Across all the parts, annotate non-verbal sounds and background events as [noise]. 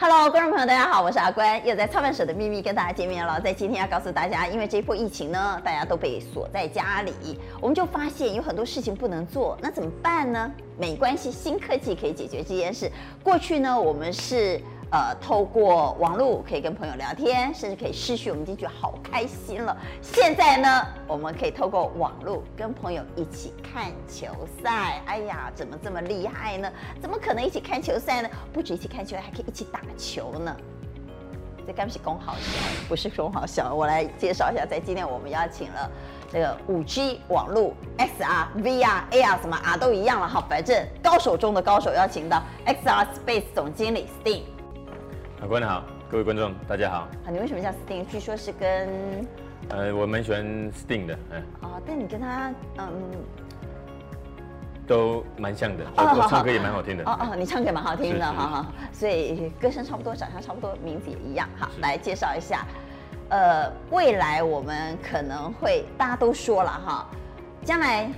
Hello，观众朋友，大家好，我是阿关，又在操办手的秘密跟大家见面了。在今天要告诉大家，因为这一波疫情呢，大家都被锁在家里，我们就发现有很多事情不能做，那怎么办呢？没关系，新科技可以解决这件事。过去呢，我们是呃透过网络可以跟朋友聊天，甚至可以失去，我们已经觉得好开心了。现在呢，我们可以透过网络跟朋友一起看球赛。哎呀，怎么这么厉害呢？怎么可能一起看球赛呢？不止一起看球，还可以一起打球呢。这该不是公好小，不是公好小。我来介绍一下，在今天我们邀请了这个五 G 网络、XR、VR、AR 什么 R 都一样了哈，反正高手中的高手，邀请到 XR Space 总经理 Sting。法官好，啊各位观众大家好。啊，你为什么叫 Sting？据说是跟呃，我蛮喜欢 Sting 的，嗯、啊，但你跟他嗯都蛮像的。哦我我唱歌也蛮好听的。哦哦，你唱歌蛮好听是的，是好好，所以歌声差不多，长相差不多，名字也一样。好，来介绍一下，呃，未来我们可能会大家都说了哈，将来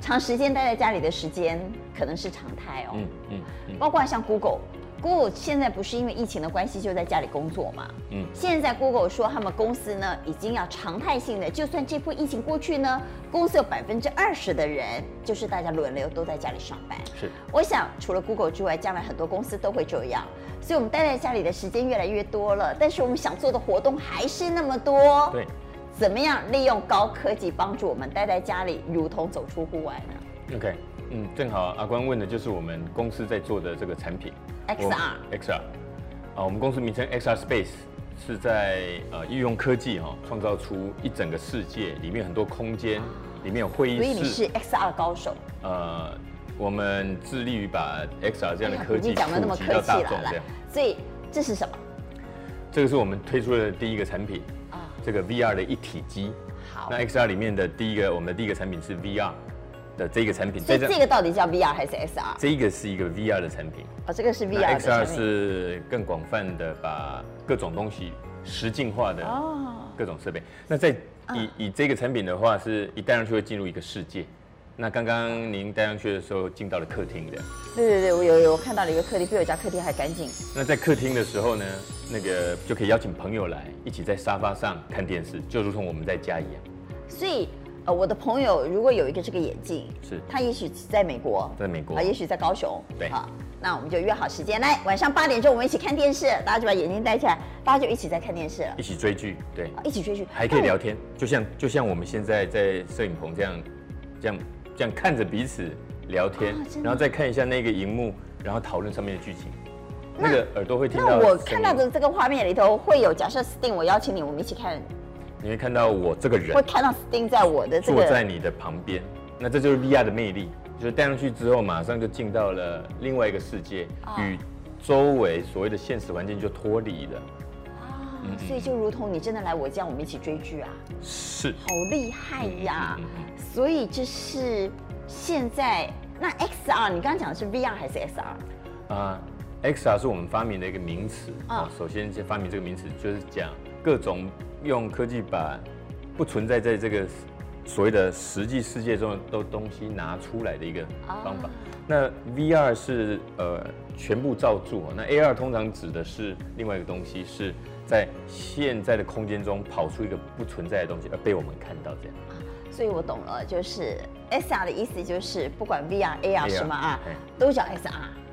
长时间待在家里的时间可能是常态哦。嗯嗯嗯包括像 Google。Google 现在不是因为疫情的关系就在家里工作嘛？嗯现在 Google 说他们公司呢已经要常态性的，就算这波疫情过去呢，公司有百分之二十的人就是大家轮流都在家里上班。是我想，除了 Google 之外，将来很多公司都会这样，所以我们待在家里的时间越来越多了，但是我们想做的活动还是那么多。对，。怎么样利用高科技帮助我们待在家里，如同走出户外呢？ OK，嗯，正好阿关问的就是我们公司在做的这个产品 XR 我们 XR 啊，我们公司名称 XR Space 是在呃运用科技哈、哦，创造出一整个世界，里面很多空间，里面有会所以议你室是，XR 高手，呃，我们致力于把 XR 这样的科哎已经技讲的那么普及客到气大了众这来样。，所以这是什么这个是我们推出的第一个产品，啊？这个 VR 的一体机。好那，XR 里面的第一个，我们的第一个产品是 VR 的这个产品，所以这张个到底叫 VR 还是 XR？这一个是一个 VR 的产品，哦，这个是 VR 那的产 XR 品是更广泛的把各种东西实境化的哦，嗯各种设备。那在以以这个产品的话，是一戴上去会进入一个世界。那刚刚您戴上去的时候，进到了客厅的。对对对，我有有我看到了一个客厅，比我家客厅还干净。那在客厅的时候呢，那个就可以邀请朋友来一起在沙发上看电视，就如同我们在家一样。所以，呃，我的朋友如果有一个这个眼镜，是他也许在美国，在美国啊，也许在高雄，对好，那我们就约好时间，来晚上八点钟我们一起看电视，大家就把眼镜戴起来，大家就一起在看电视了一，起追剧，对，啊一起追剧，还可以 [laughs] 聊天，就像就像我们现在在摄影棚这样，这样这样看着彼此聊天，啊真的然后再看一下那个荧幕，然后讨论上面的剧情，那那个耳朵会听那。到那我声音看到的这个画面里头会有，假设 Sting 我邀请你，我们一起看，你会看到我这个人会看到 Sting 在我的这坐在个，你的旁边，那这就是 VR 的魅力，就是戴上去之后马上就进到了另外一个世界，啊与周围所谓的现实环境就脱离了。啊嗯嗯，所以就如同你真的来我家，我们一起追剧啊，是，好厉害呀嗯嗯！所以这是现在那 XR，你刚刚讲的是 VR 还是 XR？啊、x r 是我们发明的一个名词啊啊、首先，先发明这个名词就是讲各种用科技把不存在在这个所谓的实际世界中的都东西拿出来的一个方法。啊那 VR 是呃全部罩住哦，那 AR 通常指的是另外一个东西，是在现在的空间中跑出一个不存在的东西，而被我们看到这样。所以我懂了，就是 SR 的意思就是不管 VR、AR 什么啊哎，都叫 SR，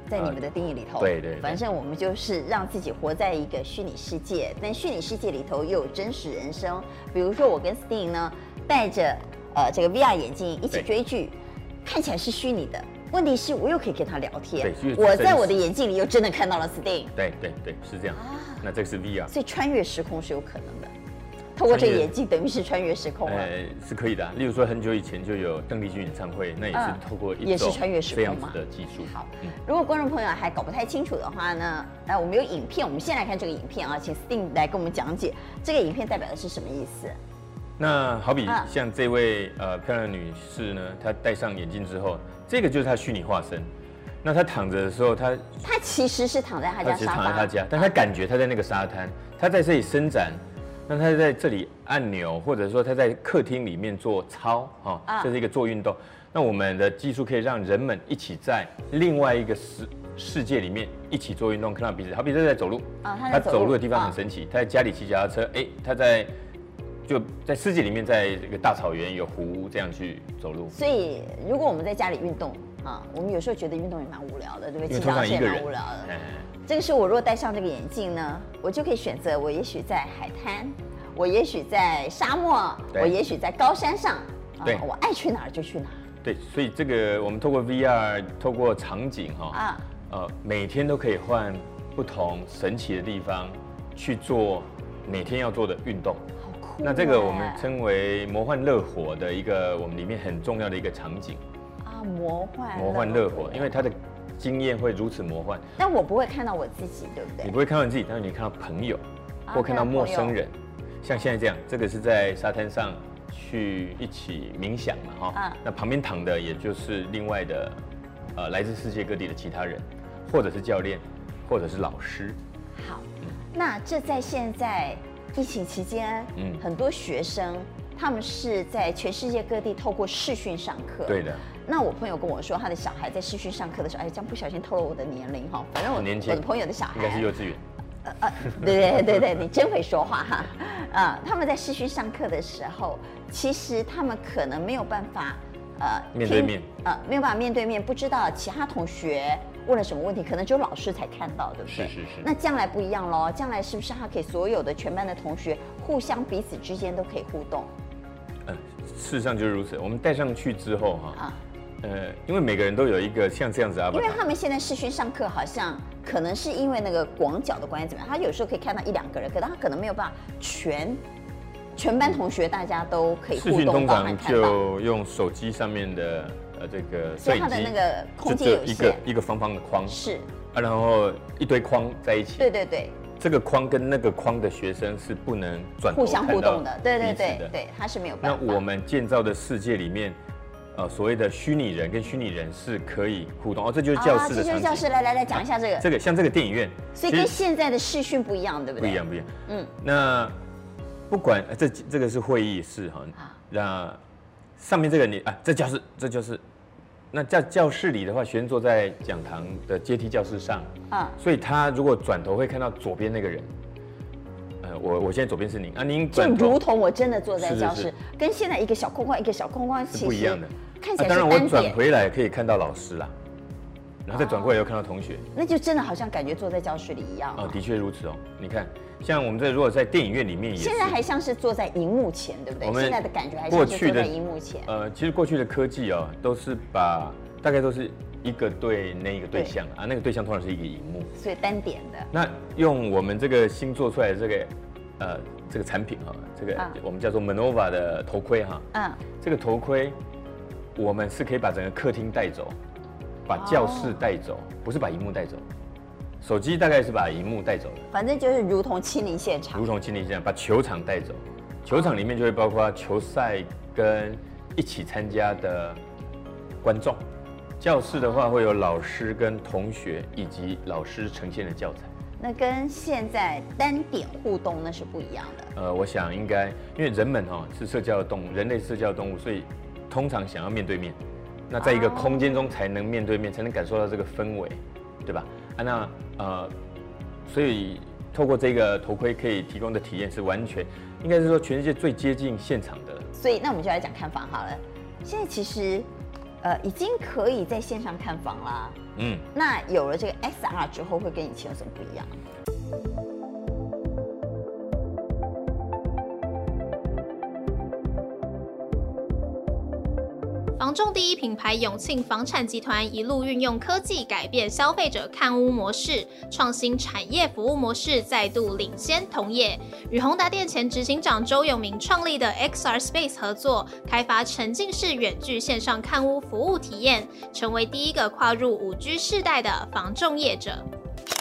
在你们的定义里头。呃对对对反正我们就是让自己活在一个虚拟世界，但虚拟世界里头又有真实人生。比如说我跟 Sting 呢，戴着呃这个 VR 眼镜一起对追剧，看起来是虚拟的。问题是我又可以跟他聊天对就是，我真在实我的眼镜里又真的看到了 Sting，对对对，是这样。啊那这个是 VR。所以穿越时空是有可能的。透过这穿越眼镜，等于是穿越时空了。呃，是可以的啊、例如说，很久以前就有邓丽君演唱会，那也嗯是透过一也是种穿越时空这样嘛子的技术。好嗯，如果观众朋友还搞不太清楚的话呢，来，我们有影片，我们先来看这个影片啊，请 Sting 来跟我们讲解这个影片代表的是什么意思。那好比嗯像这位呃漂亮的女士呢，她戴上眼镜之后，这个就是她虚拟化身。那她躺着的时候，她他其实是躺在他她家其实沙躺在她发，家，但她感觉她在那个沙滩，她在这里伸展，那她在这里按钮，或者说她在客厅里面做操，哈、嗯这是一个做运动。那我们的技术可以让人们一起在另外一个时世界里面一起做运动，看到彼此，好比他在走路，啊，他他在走路的地方很啊神奇，他在家里骑脚踏车，哎，他在就在世界里面，在这个大草原有湖这样去走路，所以如果我们在家里运动啊，我们有时候觉得运动也蛮无聊的，对不对？因骑为通脚踏常车一也个蛮人无聊的。哎这个时候，我若戴上这个眼镜呢，我就可以选择，我也许在海滩，我也许在沙漠，对我也许在高山上，啊对我爱去哪儿就去哪儿对，所以这个我们透过 VR，透过场景哈、啊。呃，每天都可以换不同神奇的地方去做每天要做的运动。好酷耶！哎那这个我们称为魔幻热火的一个我们里面很重要的一个场景，啊魔幻魔幻热火，因为它的经验会如此魔幻，但我不会看到我自己，对不你对？不会看到你自己，但是你看到朋友啊或看到陌看到生朋友人，像现在这样，这个是在沙滩上去一起冥想嘛哈嗯，那旁边躺的也就是另外的呃来自世界各地的其他人，或者是教练，或者是老师，好，那这在现在疫情期间，嗯嗯，很多学生他们是在全世界各地透过视讯上课。对。的。那我朋友跟我说，他的小孩在视讯上课的时候，哎，这样不小心透露我的年龄哈。反正我很年轻我的朋友的小应该是孩，幼稚园。对对对对，你真会说话哈。啊，他们在视讯上课的时候，其实他们可能没有办法，呃，面对听面，呃，没有办法面对面，不知道其他同学问了什么问题，可能只有老师才看到，对不对？是是是那将来不一样喽，将来是不是他可以所有的全班的同学互相彼此之间都可以互动嗯，事实上就是如此。我们戴上去之后哈、啊？呃，因为每个人都有一个像这样子的阿因巴为塔，他们现在视讯上课，好像可能是因为那个广角的关系怎么样，他有时候可以看到一两个人，可是他可能没有办法全全班同学大家都可以视互讯动通到和常看到，就用手机上面的呃这个摄所以影他的机那，个空间就这有一个限。一个方方的框是，啊，然后一堆框在一起，对对对，这个框跟那个框的学生是不能转头互相看互到动的，对对彼此对的对，他是没有办那法。我们建造的世界里面，呃，所谓的虚拟人跟虚拟人是可以互动哦，这就是教室啊这的就场是景。教室，来来来讲一下这个，这个像这个电影院，所以其实跟现在的视讯不一样，对不不对？一样，不一样。嗯嗯，那不管呃这这个是会议室哈啊，那上面这个你啊，这教室，这就是。那在教室里的话，学生坐在讲堂的阶梯教室上，啊，所以他如果转头会看到左边那个人。呃，我我现在左边是您啊，您就转头如同我真的坐在是是教是室，跟现在一个小空旷一个小空旷是不一样的。看起啊来当是然我单转点，回来可以看到老师啦，然后再转过来哦又看到同学。那就真的好像感觉坐在教室里一样啊，啊。的确如此哦。你看，像我们这如果在电影院里面也是，现在还像是坐在荧幕前，对不对我？们现在的感觉还过像是去坐的在荧幕前。呃，其实过去的科技哦，都是把大概都是一个对那一个对象啊，那个对象通常是一个荧幕。所以单点的那用我们这个新做出来的这个呃这个产品啊、这个啊我们叫做 Manova 的头盔哈、嗯，这个头盔我们是可以把整个客厅带走，把教室带走，不是把荧幕带走。手机大概是把荧幕带走的，反正就是如同亲临现场如同今天这样，把球场带走。球场里面就会包括球赛跟一起参加的观众。教室的话会有老师跟同学以及老师呈现的教材。那跟现在单点互动那是不一样的。呃，我想应该，因为人们哈、哦、是社交的动物，人类社交的动物，所以通常想要面对面。那在一个哦空间中才能面对面，才能感受到这个氛围，对吧？啊，那呃，所以透过这个头盔可以提供的体验是完全，应该是说全世界最接近现场的了。所以那我们就来讲看房好了。现在其实，呃，已经可以在线上看房啦。嗯，那有了这个 XR 之后，会跟以前有什么不一样？房仲第一品牌永庆房产集团一路运用科技改变消费者看屋模式，创新产业服务模式，再度领先同业。与宏达电前执行长周永明创立的 XR Space 合作，开发沉浸式远距线上看屋服务体验，成为第一个跨入 5G 世代的房仲业者。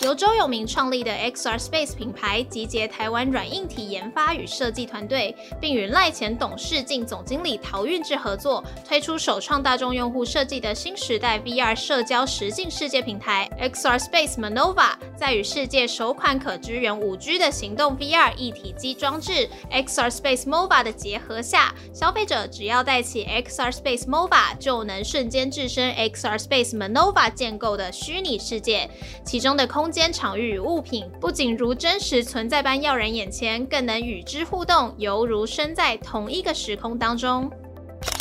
由周永明创立的 XR Space 品牌集结台湾软硬体研发与设计团队，并与赖前董事进总经理陶运志合作，推出首创大众用户设计的新时代 VR 社交实境世界平台 XR Space Manova，在与世界首款可支援 5G 的行动 VR 一体机装置 XR Space MOVA 的结合下，消费者只要带起 XR Space MOVA，就能瞬间置身 XR Space Manova 建构的虚拟世界，其中的空间、场域与物品不仅如真实存在般耀人眼前，更能与之互动，犹如身在同一个时空当中。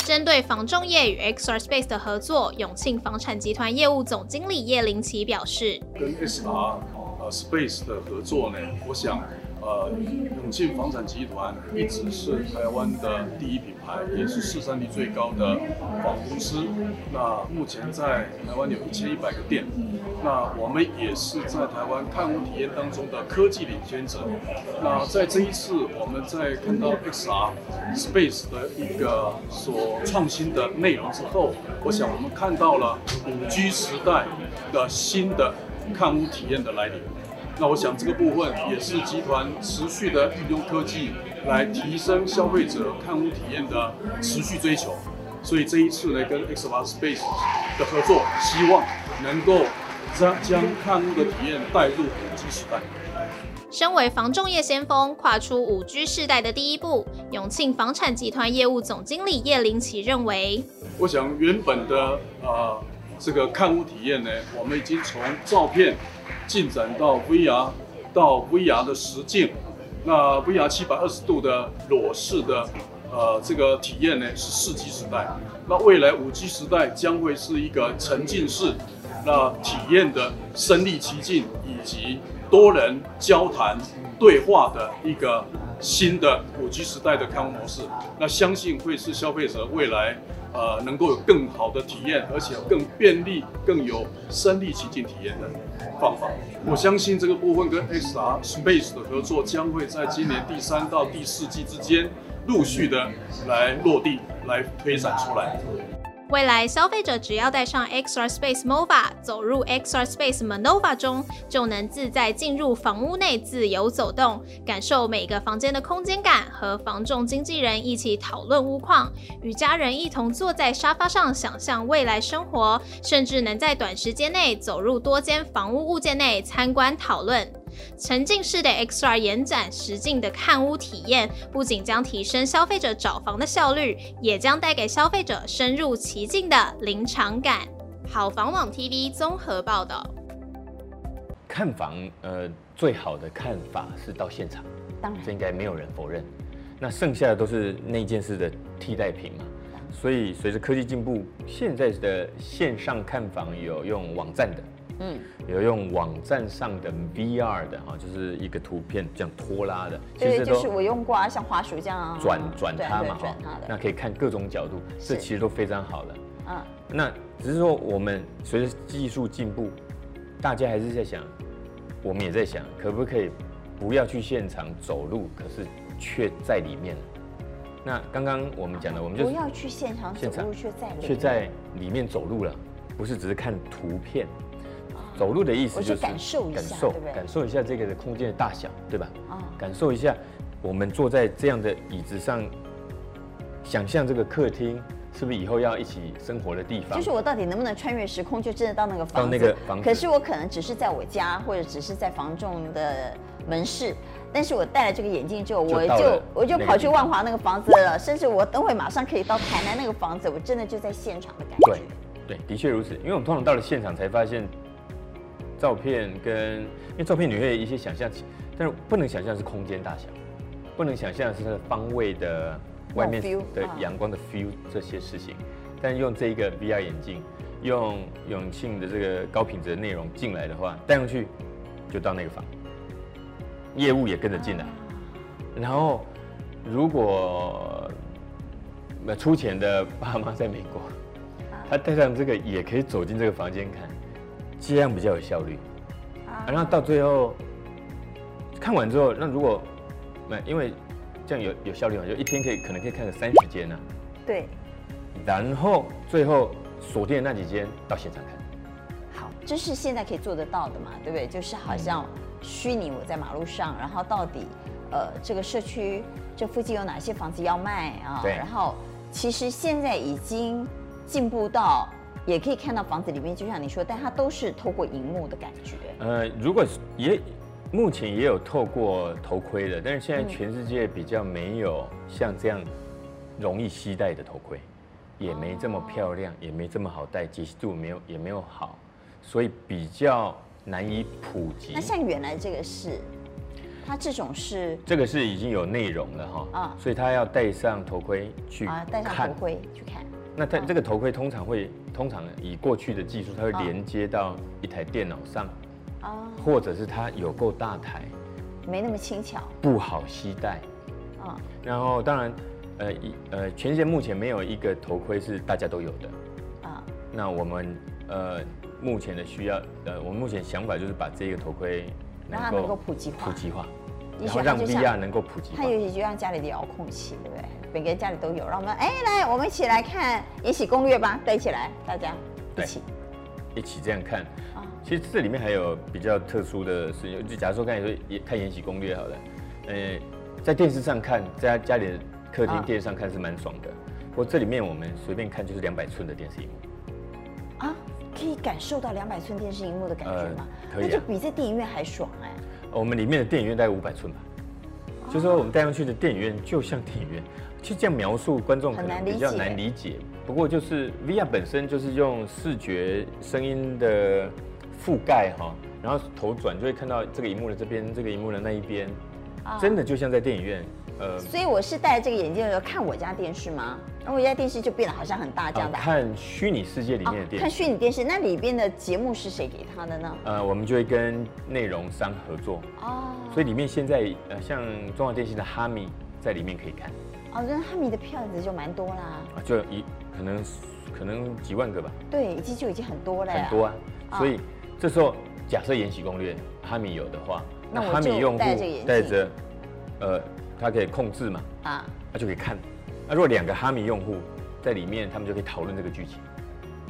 针对房仲业与 XR Space 的合作，永庆房产集团业务总经理叶林奇表示，跟 SR 呃 Space 的合作呢，我想呃永庆房产集团一直是台湾的第一品牌，也是市占率最高的房公司。那目前在台湾有一千一百个店，那我们也是在台湾看屋体验当中的科技领先者。那在这一次，我们在看到 XR Space 的一个所创新的内容之后，我想我们看到了 5G 时代的新的看屋体验的来临。那我想这个部分也是集团持续的运用科技来提升消费者看屋体验的持续追求。所以这一次呢，跟 XR Space 的合作，希望能够将将看屋的体验带入 5G 时代。身为房仲业先锋，跨出 5G 世代的第一步，永庆房产集团业务总经理叶林奇认为，我想原本的呃这个看屋体验呢，我们已经从照片进展到 VR，到 VR 的实境，那 VR 七百二十度的裸视的呃这个体验呢是四 G 时代，那未来五 G 时代将会是一个沉浸式，那体验的身临其境以及多人交谈对话的一个新的五 G 时代的看屋模式，那相信会是消费者未来呃能够有更好的体验，而且更便利、更有身临其境体验的方法。我相信这个部分跟 XR Space 的合作将会在今年第三到第四季之间陆续的来落地、来推展出来。未来消费者只要带上 XR Space MOVA，走入 XR Space Manova 中，就能自在进入房屋内自由走动，感受每个房间的空间感，和房仲经纪人一起讨论屋况，与家人一同坐在沙发上想象未来生活，甚至能在短时间内走入多间房屋物件内参观讨论。沉浸式的 XR 延展实境的看屋体验，不仅将提升消费者找房的效率，也将带给消费者深入其境的临场感。好房网 TV 综合报道。看房，呃，最好的看法是到现场，当然这应该没有人否认。那剩下的都是内件事的替代品嘛。所以随着科技进步，现在的线上看房有用网站的，嗯，有用网站上的 VR 的哈，就是一个图片这样拖拉的，对，就是我用过啊，像滑鼠这样啊转转对它对嘛哈转它，那的，可以看各种角度，这是其实都非常好了。嗯，那只是说我们随着技术进步，大家还是在想，我们也在想，可不可以不要去现场走路，可是却在里面了。那刚刚我们讲的，我们就不是要去现场现走场路，却在里却在里面走路了，不是只是看图片。走路的意思我去就是感受一下感受对不对感受一下这个的空间的大小，对吧？啊感受一下我们坐在这样的椅子上，想象这个客厅是不是以后要一起生活的地方？就是我到底能不能穿越时空，就真的到那个房子？到那个房子可是我可能只是在我家，或者只是在房仲的门市，但是我戴了这个眼镜之后，就我到就了我就那个跑去地方万华那个房子了，甚至我等会马上可以到台南那个房子，我真的就在现场的感觉对。，对，的确如此。因为我们通常到了现场才发现，照片跟因为照片你会有一些想象，但是不能想象是空间大小，不能想象是它的方位的外面那种 feel，的啊阳光的 feel 这些事情。但用这一个 VR 眼镜，用永庆的这个高品质的内容进来的话，带上去就到那个房，业务也跟着进啊来。然后，如果呃出钱的爸妈在美国，他戴上这个也可以走进这个房间看，这样比较有效率。啊然后到最后看完之后，那如果那因为这样有有效率嘛，就一天可以可能可以看个三十间呢、啊对，然后最后锁定的那几间到现场看，好，这是现在可以做得到的嘛，对不对？就是好像嗯虚拟我在马路上，然后到底呃这个社区这附近有哪些房子要卖啊？对然后其实现在已经进步到。也可以看到房子里面，就像你说，但它都是透过荧幕的感觉。呃，如果是也目前也有透过头盔的，但是现在嗯全世界比较没有像这样容易携带的头盔，也没这么漂亮，也没这么好戴，解析度没有也没有好，所以比较难以普及那。像原来这个是，它这种是这个是已经有内容了哈，啊所以他要戴上头盔去啊，戴上看头。盔去看，那它嗯这个头盔通常会，通常以过去的技术，它会连接到一台电脑上，啊，或者是它有够大台，没那么轻巧不好携带。啊。然后当然，呃一呃，全世界目前没有一个头盔是大家都有的。啊，那我们呃目前的需要，呃，我们目前想法就是把这个头盔让它能够普及化普及化，也许然后它让就像 VR 能够普及它化。尤其就像家里的遥控器，对不对？每个人家里都有，让我们哎来，我们一起来看《延禧攻略》吧，带起来，大家一对起一起这样看啊。其实这里面还有比较特殊的事情，就假如说刚才说也看《延禧攻略》好了，呃，在电视上看，在家里的客厅啊电视上看是蛮爽的。不过这里面我们随便看就是两百寸的电视荧幕，啊，可以感受到两百寸电视荧幕的感觉吗？呃可以啊那就比在电影院还爽哎、我们里面的电影院大概五百寸吧，哦就是说我们带上去的电影院就像电影院，其实这样描述观众可很难能理比较解难理解。不过就是 VR 本身就是用视觉、声音的覆盖哈，然后头转就会看到这个荧幕的这边，这个荧幕的那一边，啊真的就像在电影院，呃，所以我是戴这个眼镜的时候看我家电视吗？那我家电视就变得好像很大这样啊的。啊哦看虚拟世界里面的电看影，虚拟电视，那里边的节目是谁给他的呢？呃，我们就会跟内容商合作，哦，所以里面现在呃像中华电信的哈米在里面可以看哦，那哈米的票子就蛮多啦，啊，就一可能可能几万个吧。对，已经就已经很多了呀。很多啊。啊所以这时候假设《延禧攻略》哈米有的话，那我哈就米用户戴着眼镜带着，呃，它可以控制嘛，啊，它就可以看。那如果两个哈米用户在里面，他们就可以讨论这个剧情。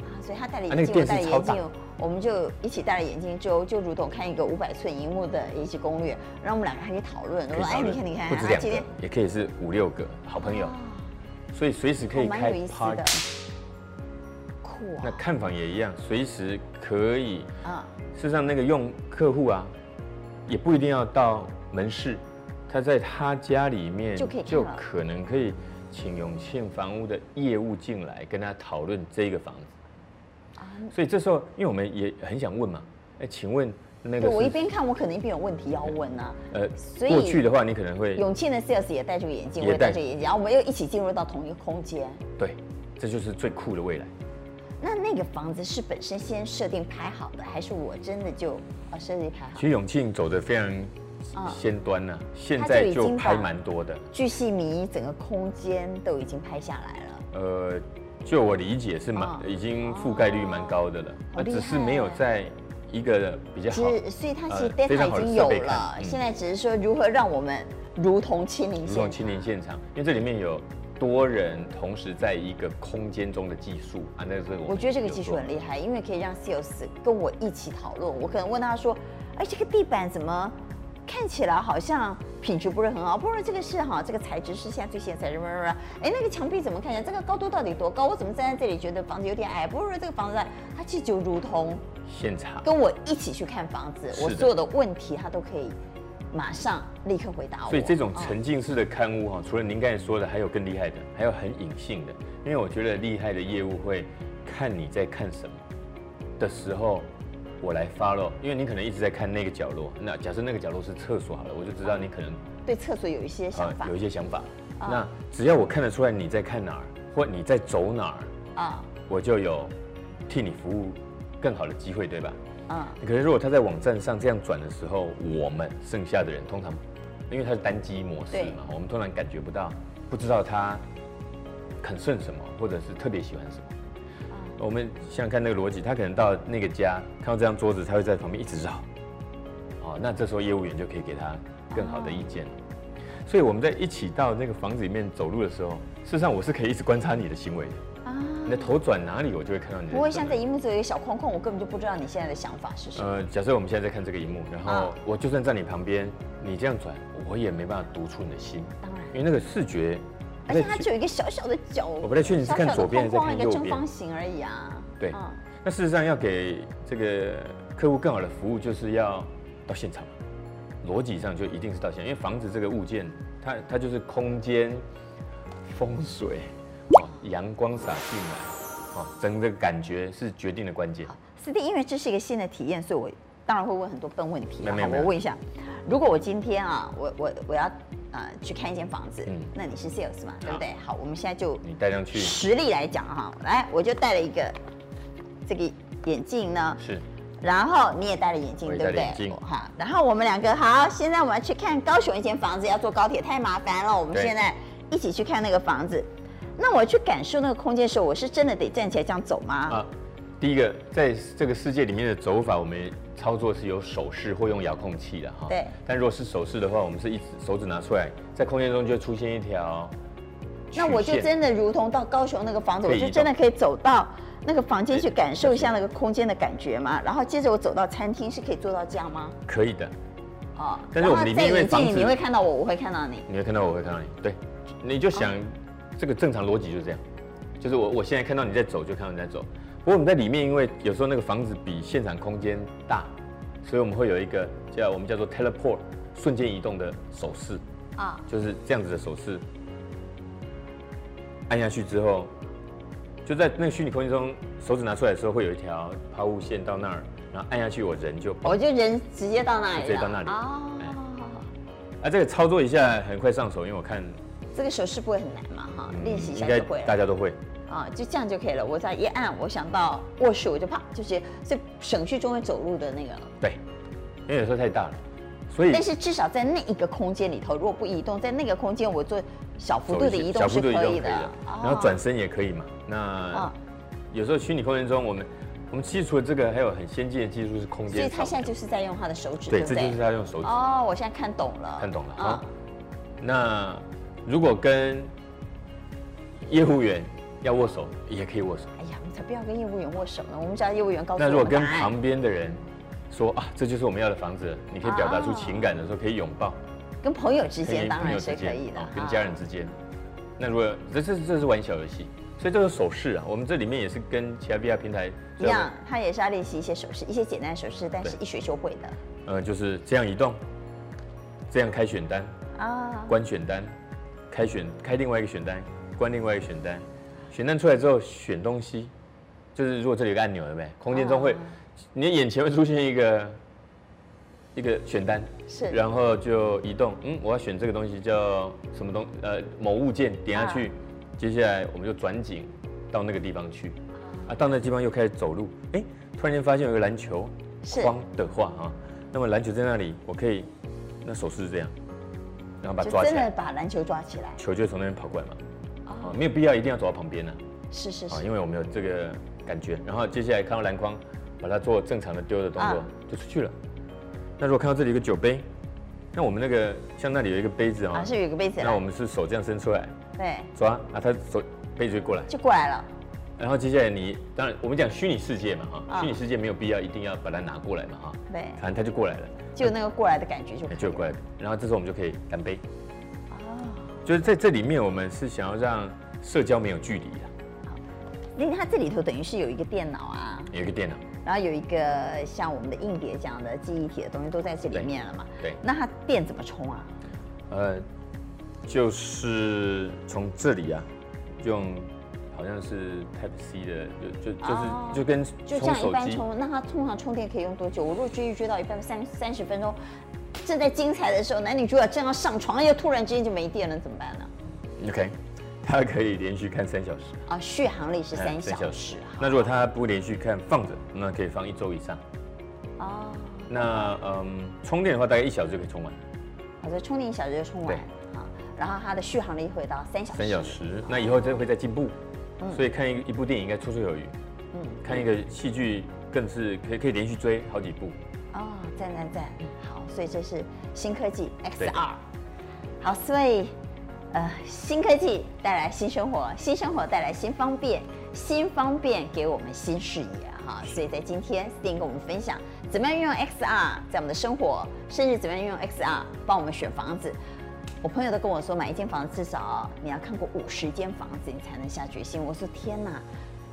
啊，所以他戴了啊眼那个镜，我电视戴了超眼大镜，我们就一起戴了眼镜之后，就如同看一个五百寸荧幕的《延禧攻略》，然后我们两个还可以讨论，我可以说讨哎，你论看你看，不止啊两今个天，也可以是五六个好朋友，所以随时可哦以蛮开有意思 party 的。，酷那啊，看房也一样，随时可以。啊，事实上，那个用客户啊，也不一定要到门市，他在他家里面就可以看就了可能可以请永庆房屋的业务进来跟他讨论这个房子。啊所以这时候，因为我们也很想问嘛，哎，请问那对个我是一边看，我可能一边有问题要问啊。呃所以过去的话，你可能会永庆的 sales 也戴这个眼镜，也我也戴戴这个眼镜，然后我们又一起进入到同一个空间。对，这就是最酷的未来。那那个房子是本身先设定拍好的，还是我真的就啊设计拍好其？实永庆走的非嗯常先端呐、现他就在已就经拍把蛮多的。巨细靡遗，整个空间都已经拍下来了。呃，就我理解是蛮、哦已经覆盖率蛮高的了，好啊厉只是没有害在一个比较其好，实，所以它其实呃 data 非常已好的经有设备了，看嗯现在只是说如何让我们如同亲临如现同场亲临现场，因为这里面有多人同时在一个空间中的技术啊，那个是我们我觉得这个有技术做很厉害，因为可以让 sales 跟我一起讨论。我可能问他说：“哎，这个地板怎么看起来好像品质不是很好？不是这个是哈，这个材质是现在最新的材质，不是不是。哎，那个墙壁怎么看起来？这个高度到底多高？我怎么站在这里觉得房子有点矮？不是这个房子矮，它其实就如同现场，跟我一起去看房子，我是的所有的问题他都可以马上立刻回答我。所以这种嗯沉浸式的刊物哈、除了您刚才说的，还有更厉害的，还有很隐性的，因为我觉得厉害的业务会看你在看什么的时候。我来 follow，因为你可能一直在看那个角落。那假设那个角落是厕所好了，我就知道你可能对厕所有一些想啊，法有一些想法。啊那只要我看得出来你在看哪儿，或你在走哪儿，啊我就有替你服务更好的机会，对吧？啊可是如果他在网站上这样转的时候，我们剩下的人通常，因为它是单机模式对嘛，我们通常感觉不到，不知道他很顺什么，或者是特别喜欢什么。啊我们想想看那个逻辑，他可能到那个家看到这张桌子，他会在旁边一直绕。哦，那这时候业务员就可以给他更好的意见。哦所以我们在一起到那个房子里面走路的时候，事实上我是可以一直观察你的行为的。啊！你的头转哪里，我就会看到你的。不会像在荧幕只有一个小框框，我根本就不知道你现在的想法是什么。呃，假设我们现在在看这个荧幕，然啊后我就算在你旁边，你这样转，我也没办法读出你的心，当然，因为那个视觉。而且它那只有一个小小的角，我不太确定是看左边还是小小的框框看一个右正边方形而已啊。对。嗯那事实上要给这个客户更好的服务，就是要到现场，逻辑上就一定是到现场，因为房子这个物件，它它就是空间、风水、哦阳光洒进来，哦整个感觉是决定的关键。师弟，因为这是一个新的体验，所以我当然会问很多笨问题啊。没有没有好没有我问一下，如果我今天啊，我我我要呃去看一间房子，嗯那你是 sales 嘛，对不对？好，我们现在就你带上去实例来讲哈、来，我就戴了一个这个眼镜呢，是然后你也戴了眼镜，我也对不戴了眼对镜？哈，然后我们两个好，现在我们要去看高雄一间房子，要坐高铁太麻烦了，我们对现在一起去看那个房子。那我去感受那个空间的时候，我是真的得站起来这样走吗？啊。第一个，在这个世界里面的走法，我们操作是有手势或用遥控器的哈。对但如果是手势的话，我们是一指手指拿出来，在空间中就会出现一条曲线。那我就真的如同到高雄那个房子，可我以移就动真的可以走到那个房间去感受一下那个空间的感觉嘛。然后接着我走到餐厅，是可以做到这样吗？可以的。哦，但是我们然后里面因在为眼镜里房子你会看到我，我会看到你。你会看到我会看到你，对，你就想、这个正常逻辑就是这样，就是我我现在看到你在走，就看到你在走。不过我们在里面，因为有时候那个房子比现场空间大，所以我们会有一个叫我们叫做 teleport 瞬间移动的手势，啊、就是这样子的手势，按下去之后，就在那个虚拟空间中，手指拿出来的时候会有一条抛物线到那儿，然后按下去我人就我就人直接到那里了，哦直接到那里哦哎啊这个操作一下很快上手，因为我看这个手势不会很难嘛，哈、嗯练习一应下该就会大了家都会。啊、就这样就可以了。我只要一按，我想到卧室，我就啪，就是所以省去中间走路的那个了。对，因为有时候太大了，所以但是至少在那一个空间里头，如果不移动，在那个空间我做小幅走度一的些移动小是可幅度移动可以以的的，，哦然后转身也可以嘛。那啊，有时候虚拟空间中，我们我们其实除了这个，还有很先进的技术是空所以间他扫现在就是在用他的手指，对，不这对就是？他用手指哦，我现在看懂了，看懂了。啊好，，那如果跟业务员要握手，也可以握手。哎呀，我们才不要跟业务员握手呢，我们只要业务员告诉那我如果们跟答案。旁边的人说啊，这就是我们要的房子了，你可以表达出情感的时候，可以拥抱。跟朋友之间跟当朋友然之是间可以的啊哦，跟家人之间。那如果这这这是玩小游戏，所以这个手势啊，我们这里面也是跟其他 VR 平台一样，他也是要练习一些手势，一些简单的手势，但是一学就会的呃，就是这样移动，这样开选单，啊。关选单，开选开另外一个选单，关另外一个选单，选单出来之后选东西，就是如果这里有个按钮，对不对？空间中会，啊你的眼前会出现一个一个选单，是然后就移动，嗯，我要选这个东西叫什么东呃某物件，点下去，接下来我们就转景到那个地方去，啊，到那地方又开始走路，哎，突然间发现有个篮球是框的话啊，那么篮球在那里，我可以，那手势是这样，然后把它就抓起真的来，把篮球抓起来，球就会从那边跑过来嘛，啊，没有必要一定要走到旁边呢、是是啊，是，因为我们有这个感觉。然后接下来看到篮筐，把它做正常的丢的动作、啊就出去了。那如果看到这里有个酒杯，那我们那个像那里有一个杯子啊、啊，是有一个杯子来，那我们是手这样伸出来对，抓，啊，它手杯子就过来。就过来了，然后接下来你当然我们讲虚拟世界嘛哈、啊虚拟世界没有必要一定要把它拿过来嘛哈、对反正它就过来了，就有那个过来的感觉就可以哎就有过来。然后这时候我们就可以干杯。哦就是在这里面，我们是想要让社交没有距离啊，因为它这里头等于是有一个电脑啊，有一个电脑，然后有一个像我们的硬碟这样的记忆体的东西都在这里面了嘛。对。那它电怎么充啊？呃，就是从这里啊，用好像是 Type C 的，就就就是、哦就跟就这充样一手般机，充，那它通常充电可以用多久？我如果追剧追到一半三三十分钟，正在精彩的时候，男女主角正要上床，哎又突然之间就没电了，怎么办呢？ OK，它可以连续看三小时，啊，续航力是哎三小时那如果它不连续看，放着，那可以放一周以上。啊，那嗯，充电的话大概一小时就可以充完，好的，充电一小时就充完啊，然后它的续航力会到三小时。三小时。那以后这会再进步，所以看一一部电影应该绰绰有余，嗯看一个戏剧更是可以可以连续追好几部。哦，赞赞赞，好，所以这是新科技对 XR，好，所以呃，新科技带来新生活，新生活带来新方便，新方便给我们新视野哈。所以在今天 s t e a n 跟我们分享怎么样运用 XR 在我们的生活，甚至怎么样运用 XR 帮我们选房子。我朋友都跟我说，买一间房子至少你要看过五十间房子，你才能下决心。我说天哪，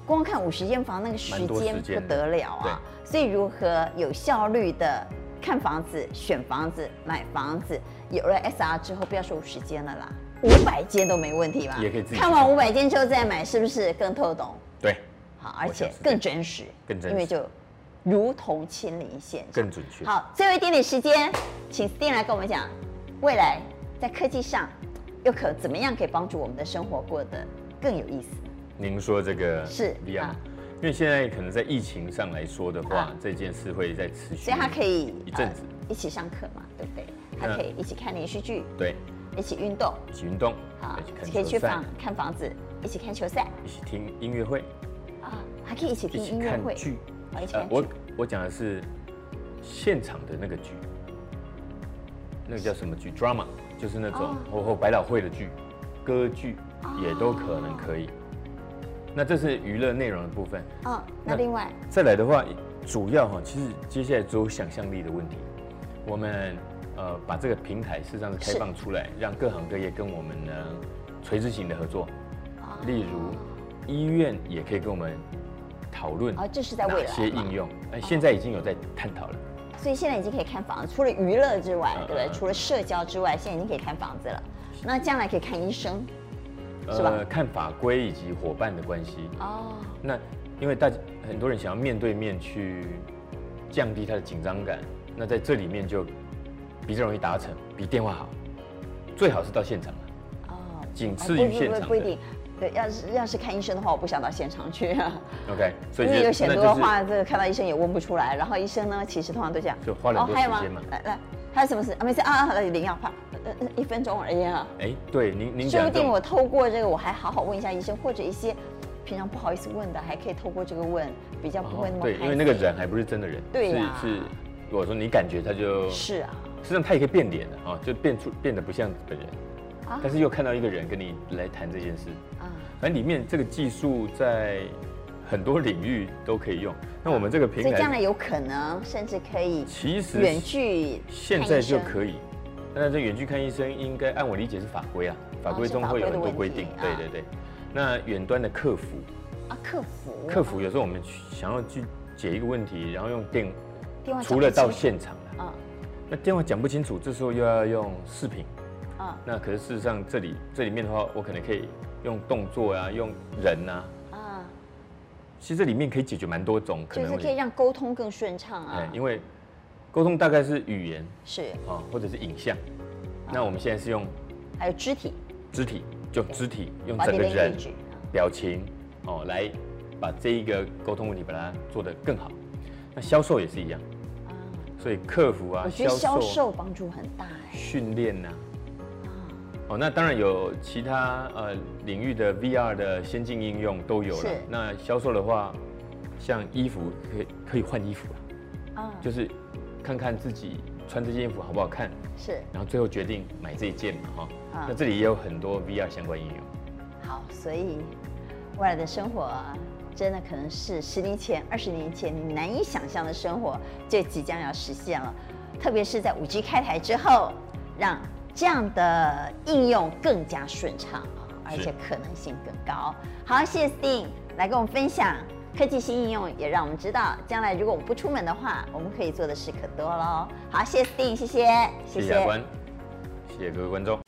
光看五十间房那个时蛮多间时间不的得了啊！所以如何有效率的看房子、选房子、买房子，有了 SR 之后，不要说五十间了啦，五百间都没问题吧？也可以自己去看完五百间之后再买，是不是更透懂？对，好，而我想且是这更样真实，更真因为实就如同亲临现场。更准确。好，最后一点点时间，请 Steen 来跟我们讲，未来在科技上又可怎么样可以帮助我们的生活过得更有意思？您说这个是 VR，、啊因为现在可能在疫情上来说的话，啊这件事会在持续，所以他可以嗯一阵子，呃一起上课嘛，对不对？他嗯可以一起看连续剧，对，一起运动，一起运动，啊一起，可以看去球赛房，看房子，一起看球赛一起听音乐会，啊，还可以一起一听起音乐看会，剧。啊，一起呃看，剧我我讲的是现场的那个剧，那个叫什么剧？drama，就是那种哦或或百老汇的剧、歌剧也都可能可以。哦那这是娱乐内容的部分。嗯，那那另外再来的话，主要哈，其实接下来只有想象力的问题。我们呃把这个平台事实上是开放出来，让各行各业跟我们呢垂直型的合作，啊例如医院也可以跟我们讨论啊，这是在未哪来些嘛应用。哎，现在已经有在探讨了。所以现在已经可以看房，除了娱乐之外，嗯对不对？嗯除了社交之外，现在已经可以看房子了。那将来可以看医生是吧呃，看法规以及伙伴的关系。哦，那因为大家很多人想要面对面去降低他的紧张感，那在这里面就比较容易达成，比电话好，最好是到现场哦，啊仅哦次不于不现不场不一的定。对，要是要是看医生的话，我不想到现场去啊， OK，所因以就为有很那多的就是话，这个看到医生也问不出来。然后医生呢，其实通常都这样，哦就花了很多还有吗时间嘛？来来，还有什么事啊？没事啊，啊领药怕，呃呃一分钟而已啊。哎、对，您您说不讲这定种我透过这个，我还好好问一下医生，或者一些平常不好意思问的，还可以透过这个问，比较不会那么哦对，害因为那个羞人还不是真的人，对呀是是，如果说你感觉他就是啊，实际上他也可以变脸的啊、哦就变出变得不像本人，啊但是又看到一个人跟你来谈这件事，啊，反正里面这个技术在很多领域都可以用。那我们这个所平以将来台有可能甚至可以其实远距现看在医就生可以，那这远距看医生应该按我理解是法规啊，法规哦是中法会有规的很多问规题定，啊对对对。那远端的客服，啊客服客服有时候我们去想要去解一个问题，然后用电，电话除了哦讲到不清现场了，啊那电话讲不清楚，这时候又要用视频。啊那可是事实上这里这里面的话，我可能可以用动作啊，用人啊，啊，其实这里面可以解决蛮多种可就能是问可以题。让沟通更顺畅哎啊，，因为沟通大概是语言是啊，或者是影像。啊那我们现在是用还有肢体肢体，就肢体用 body 整个人 language 啊表情哦来把这一个沟通问题把它做得更好。那销售也是一样，啊，所以客服啊，我觉得销售帮助很大哎训练呐、啊，哦，那当然有其他呃领域的 VR 的先进应用都有是了。那销售的话，像衣服可以可以换衣服了。啊就是看看自己穿这件衣服好不好看，是然后最后决定买这一件嘛哈啊。那这里也有很多 VR 相关应用，好，所以未来的生活啊真的可能是十年前、二十年前你难以想象的生活，就即将要实现了。特别是在五 G 开台之后，让这样的应用更加顺畅啊，而是且可能性更高。好，谢谢 Sting 来跟我们分享科技新应用，也让我们知道将来如果我们不出门的话，我们可以做的事可多喽。好，谢谢 Sting，谢谢，谢谢阿关，谢谢各位观众。